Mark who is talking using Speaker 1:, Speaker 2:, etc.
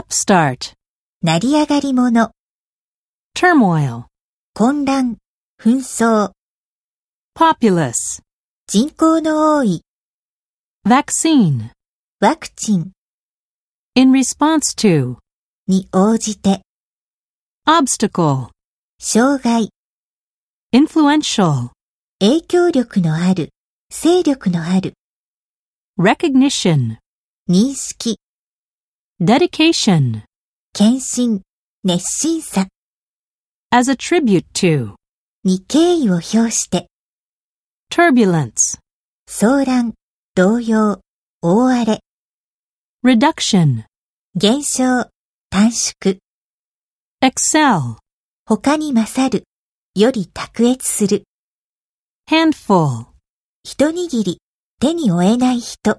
Speaker 1: upstart,
Speaker 2: 成り上がり者、
Speaker 1: turmoil,
Speaker 2: 混乱、紛争、
Speaker 1: populace,
Speaker 2: 人口の多い、
Speaker 1: vaccine,
Speaker 2: ワクチン
Speaker 1: in response to,
Speaker 2: に応じて、
Speaker 1: obstacle,
Speaker 2: 障害、
Speaker 1: influential,
Speaker 2: 影響力のある、勢力のある、
Speaker 1: recognition,
Speaker 2: 認識、
Speaker 1: dedication,
Speaker 2: 献身、熱心さ、
Speaker 1: as a tribute to,
Speaker 2: に敬意を表して、
Speaker 1: turbulence,
Speaker 2: 騒乱、動揺、大荒れ、
Speaker 1: reduction,
Speaker 2: 減少、短縮、
Speaker 1: excel,
Speaker 2: 他に勝る、より卓越する、
Speaker 1: handful.
Speaker 2: 一握り、手に負えない人。